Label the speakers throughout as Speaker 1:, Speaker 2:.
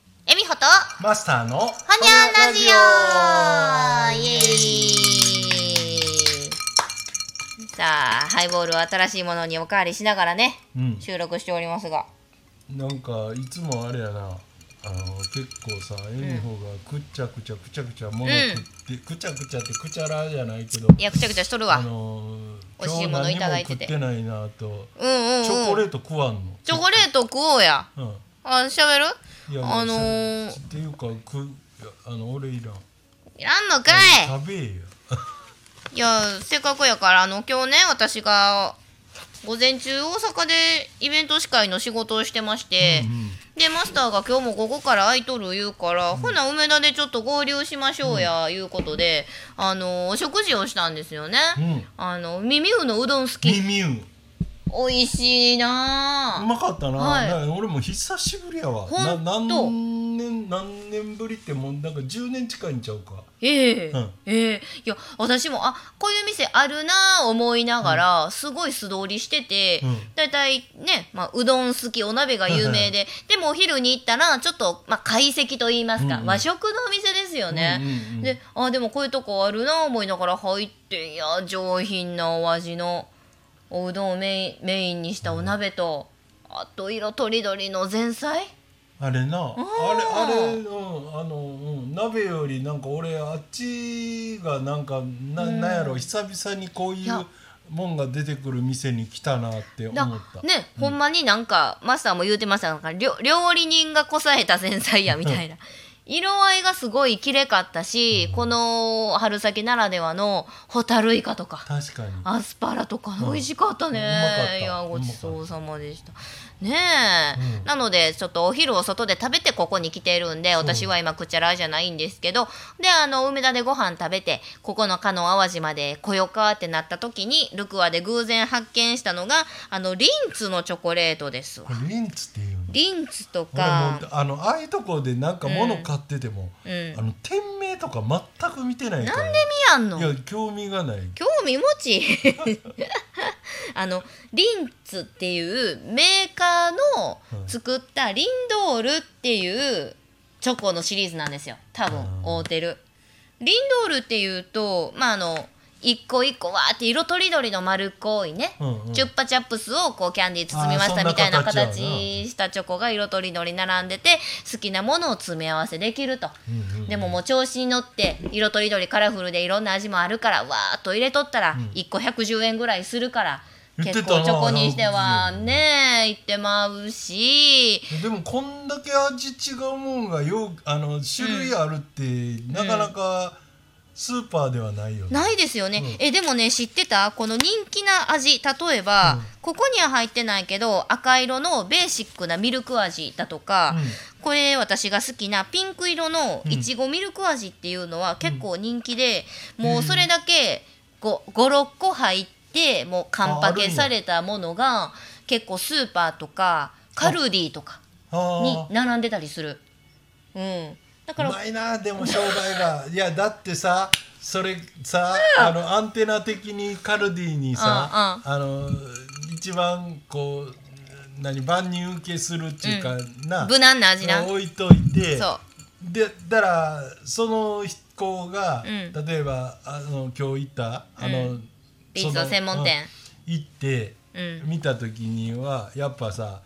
Speaker 1: と
Speaker 2: マスターのほに
Speaker 1: ほにゃんラジオイエーイさあハイボールは新しいものにおかわりしながらね
Speaker 2: うん
Speaker 1: 収録しておりますが
Speaker 2: なんかいつもあれやなあの結構さエミホがくっちゃくちゃくちゃくちゃもの食って、くちゃくちゃってくちゃらじゃないけど
Speaker 1: いやくちゃくちゃしとる
Speaker 2: あ
Speaker 1: わ
Speaker 2: のー
Speaker 1: 美味しいも
Speaker 2: 今
Speaker 1: の
Speaker 2: 日
Speaker 1: いただい
Speaker 2: 何も食
Speaker 1: て
Speaker 2: っててないなと
Speaker 1: うんうんうん
Speaker 2: チョコレート食わんの、
Speaker 1: チョコレート食おうや
Speaker 2: うん、
Speaker 1: あしゃべる
Speaker 2: いや
Speaker 1: あのー
Speaker 2: さっていうかくいやあの俺いらん
Speaker 1: いらんのかい
Speaker 2: 食べえよ
Speaker 1: いやせっかくやからあの今日ね私が午前中大阪でイベント司会の仕事をしてまして、でマスターが今日も午後から空いとる言うから、ほな梅田でちょっと合流しましょうやいうことで、あのお食事をしたんですよね、
Speaker 2: うん
Speaker 1: あの耳うのうどん好
Speaker 2: ミ
Speaker 1: き
Speaker 2: ミウ
Speaker 1: 美味しいな
Speaker 2: う
Speaker 1: あ
Speaker 2: まかったな、
Speaker 1: はい
Speaker 2: なんか俺も久しぶりやわ
Speaker 1: ほん
Speaker 2: な
Speaker 1: と
Speaker 2: 何年何年ぶりってもうなんか10年近いんちゃうか
Speaker 1: ええ
Speaker 2: うん
Speaker 1: ええいや私もあこういう店あるなあ思いながら、すごい素通りしてて、
Speaker 2: うん
Speaker 1: だいたいね、まあ、うどん好きお鍋が有名ででもお昼に行ったらちょっと、まあ、懐石と言いますか、
Speaker 2: うんうん
Speaker 1: 和食のお店ですよね。
Speaker 2: うんうんうん
Speaker 1: であでもこういうとこあるなあ思いながら入っていや上品なお味のおうどんをメインメインにしたお鍋と、あと色とりどりの前菜
Speaker 2: あれなあ
Speaker 1: あ
Speaker 2: れあれのあの、うん、鍋よりなんか俺あっちがなんかな,、ん、なんやろ久々にこう
Speaker 1: い
Speaker 2: い
Speaker 1: や
Speaker 2: うもんが出てくる店に来たなって思
Speaker 1: だ
Speaker 2: った、
Speaker 1: ね、ほんまになんかマスターも言うてましたなんか料料理人がこさえた前菜やみたい な色合いがすごい綺麗かったし、この春先ならではのホタルイカとか
Speaker 2: 確かに
Speaker 1: アスパラとか
Speaker 2: うん
Speaker 1: 美味しかったね、
Speaker 2: うまかった
Speaker 1: いやごちそうさまでしたねえ、
Speaker 2: うん
Speaker 1: なのでちょっとお昼を外で食べてここに来てるんで
Speaker 2: う
Speaker 1: 私は今くちゃらじゃないんですけどであの梅田でご飯食べてここの加の淡路まで来ようかってなった時にルクアで偶然発見したのがあのリンツのチョコレートですわ
Speaker 2: これリンツっていうの
Speaker 1: リンツと
Speaker 2: 俺も
Speaker 1: か
Speaker 2: うあのああいうとこでなんか物買ってても、
Speaker 1: うん
Speaker 2: あの店名とか全く見てないからなん
Speaker 1: 見やんの
Speaker 2: いや興味がない
Speaker 1: 興味持ち あのリンツっていうメーカーの作ったリンドールっていうチョコのシリーズなんですよ多分
Speaker 2: うん
Speaker 1: 合うてるリンドールっていうとまああの一個一個わーって色とりどりの丸っこいね、
Speaker 2: うんうん
Speaker 1: チュッパチャップスをこうキャンディー包みました
Speaker 2: あー
Speaker 1: みたいな
Speaker 2: そんな
Speaker 1: 形
Speaker 2: 形やな
Speaker 1: したチョコが色とりどり並んでて好きなものを詰め合わせできると、
Speaker 2: うんうん
Speaker 1: でももう調子に乗って色とりどりカラフルでいろんな味もあるからわーっと入れとったら
Speaker 2: ん
Speaker 1: 1個110円ぐらいするから、
Speaker 2: 言って
Speaker 1: 結
Speaker 2: たな
Speaker 1: 構チョコにしては
Speaker 2: 110円
Speaker 1: ねえいってまうし
Speaker 2: でもこんだけ味違うもんがようあの種類あるって、なかなかスーパーではないよね、
Speaker 1: ないですよね、
Speaker 2: うん
Speaker 1: えでもね知ってたこの人気な味例えば、
Speaker 2: うん
Speaker 1: ここには入ってないけど赤色のベーシックなミルク味だとか、これ私が好きなピンク色のいちごミルク味っていうのは結構人気で、もうそれだけ56個入ってもうカンパケされたものが結構スーパーとかカルディとかに
Speaker 2: あ
Speaker 1: 並んでたりする。うん、だか
Speaker 2: あう
Speaker 1: ら
Speaker 2: まいなでも商売 がいやだってさそれさあのアンテナ的にカルディにさ、あの一番こう何万人受けするっていうか、な
Speaker 1: 無難な味な。
Speaker 2: 置いといて
Speaker 1: そ
Speaker 2: でだからその子が、
Speaker 1: う
Speaker 2: 例えばあの今日行ったあの、
Speaker 1: うんピーツの専門店
Speaker 2: うん行って、
Speaker 1: うん
Speaker 2: 見た時にはやっぱさ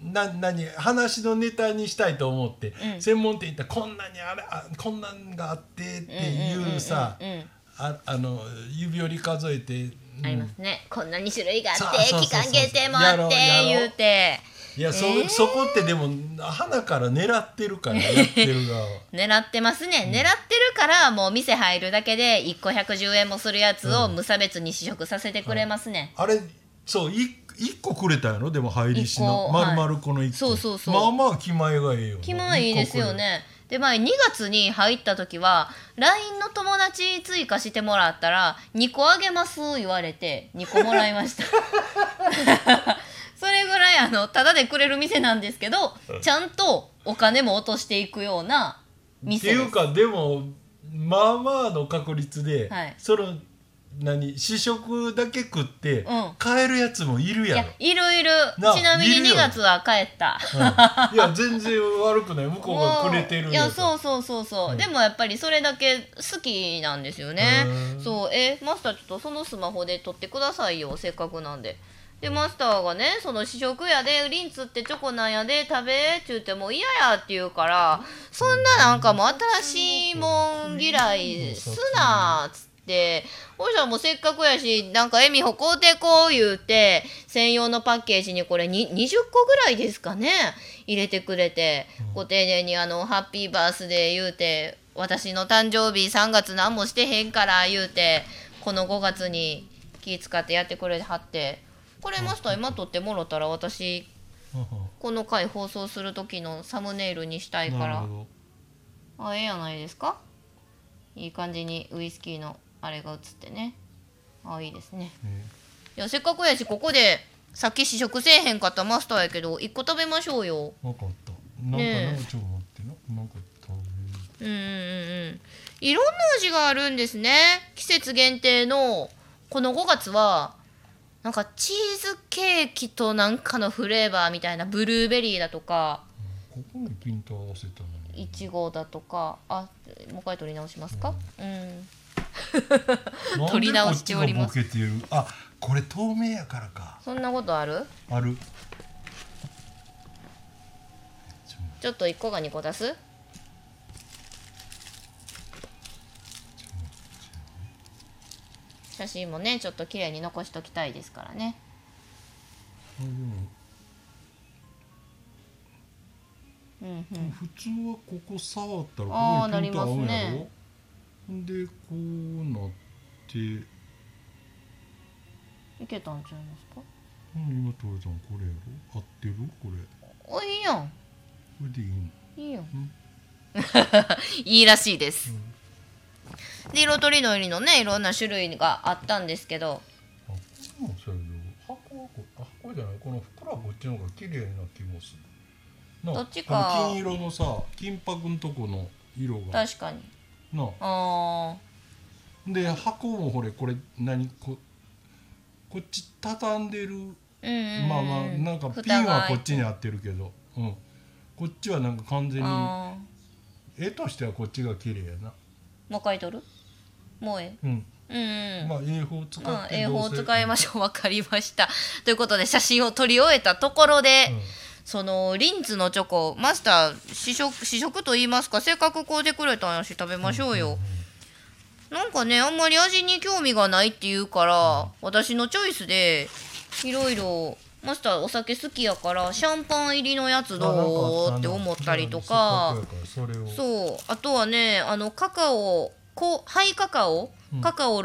Speaker 2: な何話のネタにしたいと思って、
Speaker 1: ん
Speaker 2: 専門店行ったらこんなにあれあこんなんがあってっていうさ
Speaker 1: う。うん
Speaker 2: ああの指折り数えて、うん
Speaker 1: ありますね、こんなに種類があって
Speaker 2: そうそうそうそう
Speaker 1: 期間限定もあ
Speaker 2: やろ
Speaker 1: っ
Speaker 2: う
Speaker 1: て
Speaker 2: やろう
Speaker 1: 言うて
Speaker 2: いやそ,、
Speaker 1: えー
Speaker 2: そこってでも花から狙ってるからやってる側は。
Speaker 1: 狙ってますね、狙ってるからもう店入るだけで1個110円もするやつを無差別に試食させてくれますね、
Speaker 2: あれそうい一個くれたんやろでも入りしの
Speaker 1: 一個は
Speaker 2: ま
Speaker 1: い
Speaker 2: るまるこの一個、
Speaker 1: そうそうそう
Speaker 2: まあまあ気前がええよな
Speaker 1: 気もいいですよねで前2月に入った時は LINE の友達追加してもらったら2個あげます言われて2個もらいま したそれぐらいあのタダでくれる店なんですけどちゃんとお金も落としていくような
Speaker 2: 一個くれ
Speaker 1: 店で
Speaker 2: っていう
Speaker 1: す
Speaker 2: かでもまあまあの確率で、
Speaker 1: はい
Speaker 2: その何試食だけ食って、
Speaker 1: うん
Speaker 2: 帰るやつもいる
Speaker 1: い
Speaker 2: や
Speaker 1: や
Speaker 2: ろ。
Speaker 1: いるいる
Speaker 2: なあ
Speaker 1: ちなみに
Speaker 2: いるよ
Speaker 1: 2月は帰った
Speaker 2: うんいや全然悪くない向こうがくれて
Speaker 1: う
Speaker 2: る
Speaker 1: んんいや
Speaker 2: う
Speaker 1: そうそうそうそう、
Speaker 2: うん
Speaker 1: でもやっぱりそれだけ好きなんですよね
Speaker 2: へー
Speaker 1: そうえマスターちょっとそのスマホで撮ってくださいよせっかくなんででマスターがねその試食やでリンツってチョコなんやで食べって言ってもう嫌やって言うからそんななんかもう新しいもん嫌いすなっつってほいじゃもうせっかくやしなんかえみほこうてこう言うて専用のパッケージにこれに20個ぐらいですかね入れてくれてご丁寧にあの「ハッピーバースデー」言うて「私の誕生日3月何もしてへんから」言うてこの5月に気使ってやってくれはってこれマスター今撮ってもろたら私この回放送する時のサムネイルにしたい
Speaker 2: ん
Speaker 1: か
Speaker 2: なる
Speaker 1: ら
Speaker 2: ほ。ど
Speaker 1: あええやないですかいい感じにウイスキーのあれが映ってねあいいですね
Speaker 2: ね
Speaker 1: いやせっかくやしここでさっき試食せえへんかったマスターやけど一個食べましょうよ
Speaker 2: わかった。なんか
Speaker 1: ね
Speaker 2: ね
Speaker 1: え
Speaker 2: ちょっと待ってな。なんか食べ
Speaker 1: うんうんうんいろんな味があるんですね季節限定のこの5月はなんかチーズケーキとなんかのフレーバーみたいなブルーベリーだとか
Speaker 2: ここにピント合わせたのに。
Speaker 1: いちごだとかあもう一回取り直しますかうん
Speaker 2: なんで
Speaker 1: 取り直しております
Speaker 2: こっちがボケてるあ、これ透明やからか。
Speaker 1: そんなことある
Speaker 2: ある。ちょ
Speaker 1: ちょっと1個が2個出す写真もねちょっと綺麗に残しときたいですからね
Speaker 2: あでも
Speaker 1: うんうん
Speaker 2: 普通はここ触ったら
Speaker 1: あー
Speaker 2: ここにピント合うん
Speaker 1: なります
Speaker 2: やろ。
Speaker 1: ね
Speaker 2: ほんでこうなって、
Speaker 1: いけたんちゃいますか
Speaker 2: うん今取れたのこれやろ。合ってるこれ。
Speaker 1: おいいやん
Speaker 2: これでいいの。
Speaker 1: いいよ
Speaker 2: うん
Speaker 1: いいらしいです、で色とりどりのねいろんな種類があったんですけど
Speaker 2: あ、こっちもそうやけど、箱はこあ、箱じゃない、この袋はこっちの方が綺麗な気もする。な
Speaker 1: どっちか
Speaker 2: この金色のさ、金箔のとこの色が。
Speaker 1: 確かに
Speaker 2: な
Speaker 1: あ
Speaker 2: で、箱もほれ、これ、何、こ。こっち畳んでる。
Speaker 1: ーうんうんうん
Speaker 2: まあまあ、なんかピ
Speaker 1: 蓋
Speaker 2: ン
Speaker 1: が
Speaker 2: はこ
Speaker 1: 開い
Speaker 2: っちに合ってるけど。うん。こっちはなんか完全に、
Speaker 1: あ
Speaker 2: 絵としてはこっちが綺麗やな。
Speaker 1: ーもう一回撮るもうえ
Speaker 2: うん。
Speaker 1: えうんうん
Speaker 2: まあ、英法使ってどうせ。
Speaker 1: まあ、英語を使いましょう分かりましたということで写真を撮り終えたところで、
Speaker 2: うん
Speaker 1: そのリンツのチョコマスター試食試食と言いますかせっかく買うてくれたんやし食べましょうよ、なんかねあんまり味に興味がないって言うから、私のチョイスでいろいろマスターお酒好きやからシャンパン入りのやつどうって思ったりとか。
Speaker 2: それを。
Speaker 1: そうあとはねあのカカオこハイカカオ、
Speaker 2: うん
Speaker 1: カカオ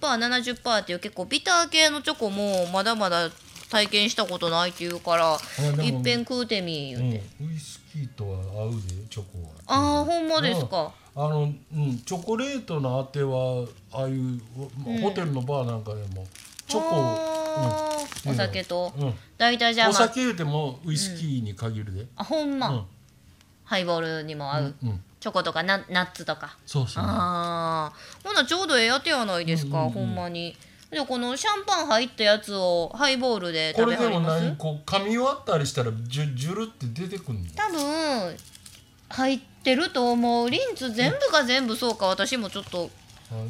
Speaker 1: 60%70% っていう結構ビター系のチョコもまだまだ体験したことないっていうから
Speaker 2: でも
Speaker 1: いっぺん食うてみ言うて、
Speaker 2: うん、ウイスキーとは合うでチョコは
Speaker 1: ああほんまですか、
Speaker 2: あの、うん、チョコレートのあてはああいう、まあホテルのバーなんかでもチョコを、
Speaker 1: あー
Speaker 2: うん
Speaker 1: お酒と、
Speaker 2: うん
Speaker 1: 大体じゃあ、
Speaker 2: お
Speaker 1: まあ、
Speaker 2: 酒言うてもウイスキーに限るで、
Speaker 1: あほんま、
Speaker 2: うん
Speaker 1: ハイボールにも合う、
Speaker 2: うん
Speaker 1: チョコとかナナッツとか
Speaker 2: そうそう
Speaker 1: ああほなちょうどええやてやないですか、
Speaker 2: うんうんうん
Speaker 1: ほんまにでこのシャンパン入ったやつをハイボールで
Speaker 2: こ
Speaker 1: 食べ
Speaker 2: れで
Speaker 1: はり
Speaker 2: も
Speaker 1: ます
Speaker 2: 何こう噛み割ったりしたらジュジュルって出てくるの
Speaker 1: 多分入ってると思うリンツ全部が全部そうか私もちょっと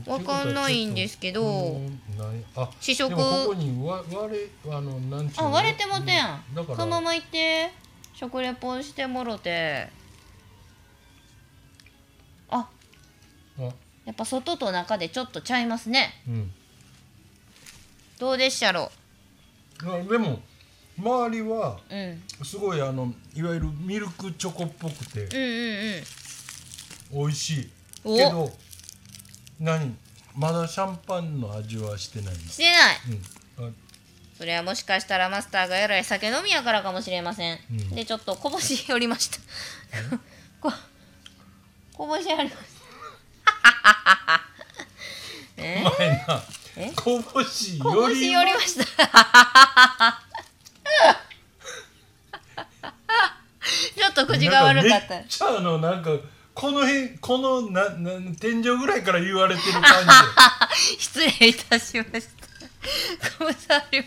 Speaker 2: あ
Speaker 1: わかんないんですけど
Speaker 2: うんないあ
Speaker 1: 試食
Speaker 2: でもここにわ割れあのなんちゅう
Speaker 1: あ
Speaker 2: の
Speaker 1: 割れてもてん、
Speaker 2: うだから
Speaker 1: そのまま行って食レポしてもろてあ
Speaker 2: あ
Speaker 1: やっぱ外と中でちょっとちゃいますね
Speaker 2: うん
Speaker 1: どうでっしゃろ
Speaker 2: あでも周りは
Speaker 1: う、うん、うん
Speaker 2: すごいあのいわゆるミルクチョコっぽくて
Speaker 1: うんうん
Speaker 2: 美味しい
Speaker 1: お
Speaker 2: けど何まだシャンパンの味はしてない
Speaker 1: してない
Speaker 2: な、うん、あ
Speaker 1: それはもしかしたらマスターがえらい酒飲みやからかもしれません、
Speaker 2: うん
Speaker 1: でちょっとこぼしおりました ここぼしありますねえ
Speaker 2: うまいな
Speaker 1: え
Speaker 2: こぼし
Speaker 1: こぼ
Speaker 2: よ
Speaker 1: し
Speaker 2: り
Speaker 1: お
Speaker 2: は
Speaker 1: りました ちょっと口が悪かっ
Speaker 2: なんめ
Speaker 1: た
Speaker 2: っちゃあのなんかこの辺このなな天井ぐらいから言われてる感
Speaker 1: 失礼いたしました。こぼさり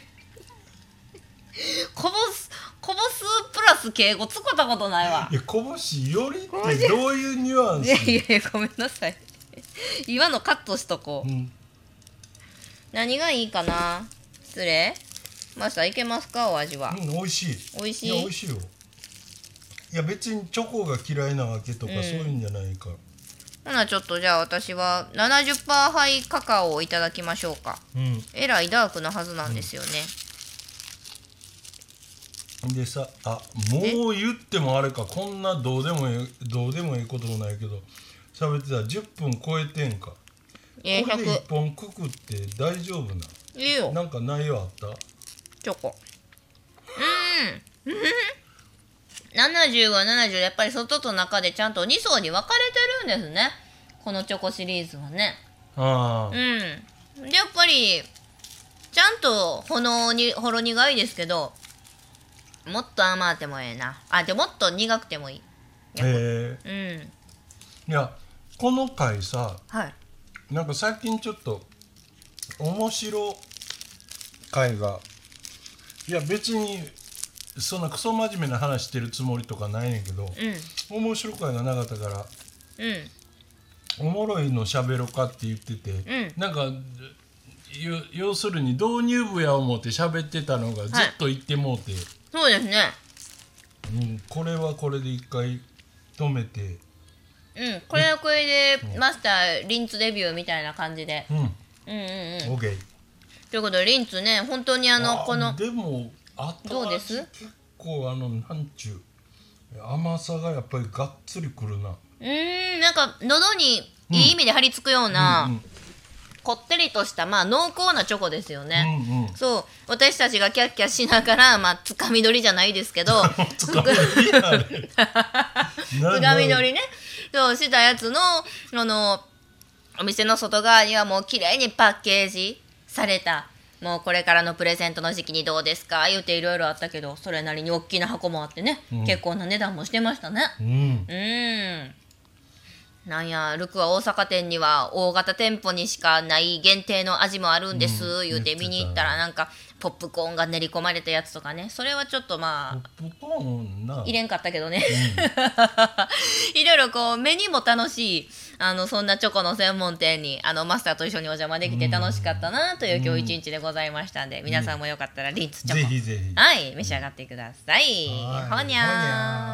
Speaker 1: こぼす、こぼすプラス敬語使ったことないわ
Speaker 2: じ。いやこぼしよりってどういうニュアン
Speaker 1: い
Speaker 2: ス
Speaker 1: やいやいや、ごめんなさい。今のカットしとこう
Speaker 2: う。ん
Speaker 1: 何がいいかな失礼マスターいけますかお味は。
Speaker 2: うん、美味しい
Speaker 1: 美味し
Speaker 2: や美
Speaker 1: い
Speaker 2: 味しいよいや別にチョコが嫌いなわけとか、
Speaker 1: うん
Speaker 2: そういうんじゃないから
Speaker 1: ほなちょっとじゃあ私は70%ハイカカオをいただきましょうか。
Speaker 2: うん
Speaker 1: えらいダークなはずなんですよね。
Speaker 2: でさあもう言ってもあれかこんなどうでもええどうでもええこともないけど喋ってたら10分超えてんかこ
Speaker 1: え
Speaker 2: れ
Speaker 1: ー、
Speaker 2: で1
Speaker 1: 100。
Speaker 2: 本くくって大丈夫ない
Speaker 1: いよ
Speaker 2: の。なんか内容あった
Speaker 1: チョコうーんうん70は70でやっぱり外と中でちゃんと2層に分かれてるんですねこのチョコシリーズはね
Speaker 2: あ
Speaker 1: うん
Speaker 2: あ
Speaker 1: でやっぱりちゃんとほのにほろ苦いですけどもっと甘くてもええなあでもっと苦くてもいい
Speaker 2: へえ
Speaker 1: うん
Speaker 2: いやこの回さ
Speaker 1: はい
Speaker 2: なんか最近ちょっと面白回がいや別にそんなクソ真面目な話してるつもりとかないねんけど
Speaker 1: うん
Speaker 2: 面白回がなかったから
Speaker 1: うん
Speaker 2: おもろいの喋ろかって言ってて、
Speaker 1: ん
Speaker 2: なんかゆ要するに導入部や思って喋ってたのがずっと言ってもうて、
Speaker 1: そうですね
Speaker 2: うん、これはこれで一回止めて、
Speaker 1: うんこれはこれでマスターリンツデビューみたいな感じで
Speaker 2: うん、
Speaker 1: うんうんうん
Speaker 2: オッケー。
Speaker 1: ということでリンツね本当にあの
Speaker 2: あ
Speaker 1: この
Speaker 2: でも後味
Speaker 1: どうです
Speaker 2: 結構あのなんちゅう甘さがやっぱりがっつりくるな。
Speaker 1: うーんなんか喉にいい意味で張り付くような、
Speaker 2: うん
Speaker 1: こってりとしたまあ濃厚なチョコですよ
Speaker 2: う
Speaker 1: ね、
Speaker 2: んうん。
Speaker 1: そう私たちがキャッキャしながらまあつかみ取りじゃないですけど
Speaker 2: つかみ取りあれな
Speaker 1: つかみ取りねそうしたやつのあのお店の外側にはもう綺麗にパッケージされたもうこれからのプレゼントの時期にどうですか言うていろいろあったけどそれなりに大きな箱もあってね、
Speaker 2: うん
Speaker 1: 結構な値段もしてましたね
Speaker 2: なうん
Speaker 1: うーん。なんや、ルクは大阪店には大型店舗にしかない限定の味もあるんです、
Speaker 2: うん
Speaker 1: 言うて
Speaker 2: 言って
Speaker 1: 見
Speaker 2: た
Speaker 1: に行ったらなんかポップコーンが練り込まれたやつとかねそれはちょっとまあ
Speaker 2: ポップコーンな
Speaker 1: 入れんかったけどね、 いろいろこう目にも楽しいあのそんなチョコの専門店にあのマスターと一緒にお邪魔できて楽しかったなという今日一日でございましたんで、皆さんもよかったらリンツチョ
Speaker 2: ぜ
Speaker 1: コ、
Speaker 2: ひぜひ。
Speaker 1: はい召し上がってください、
Speaker 2: はい
Speaker 1: ほにゃー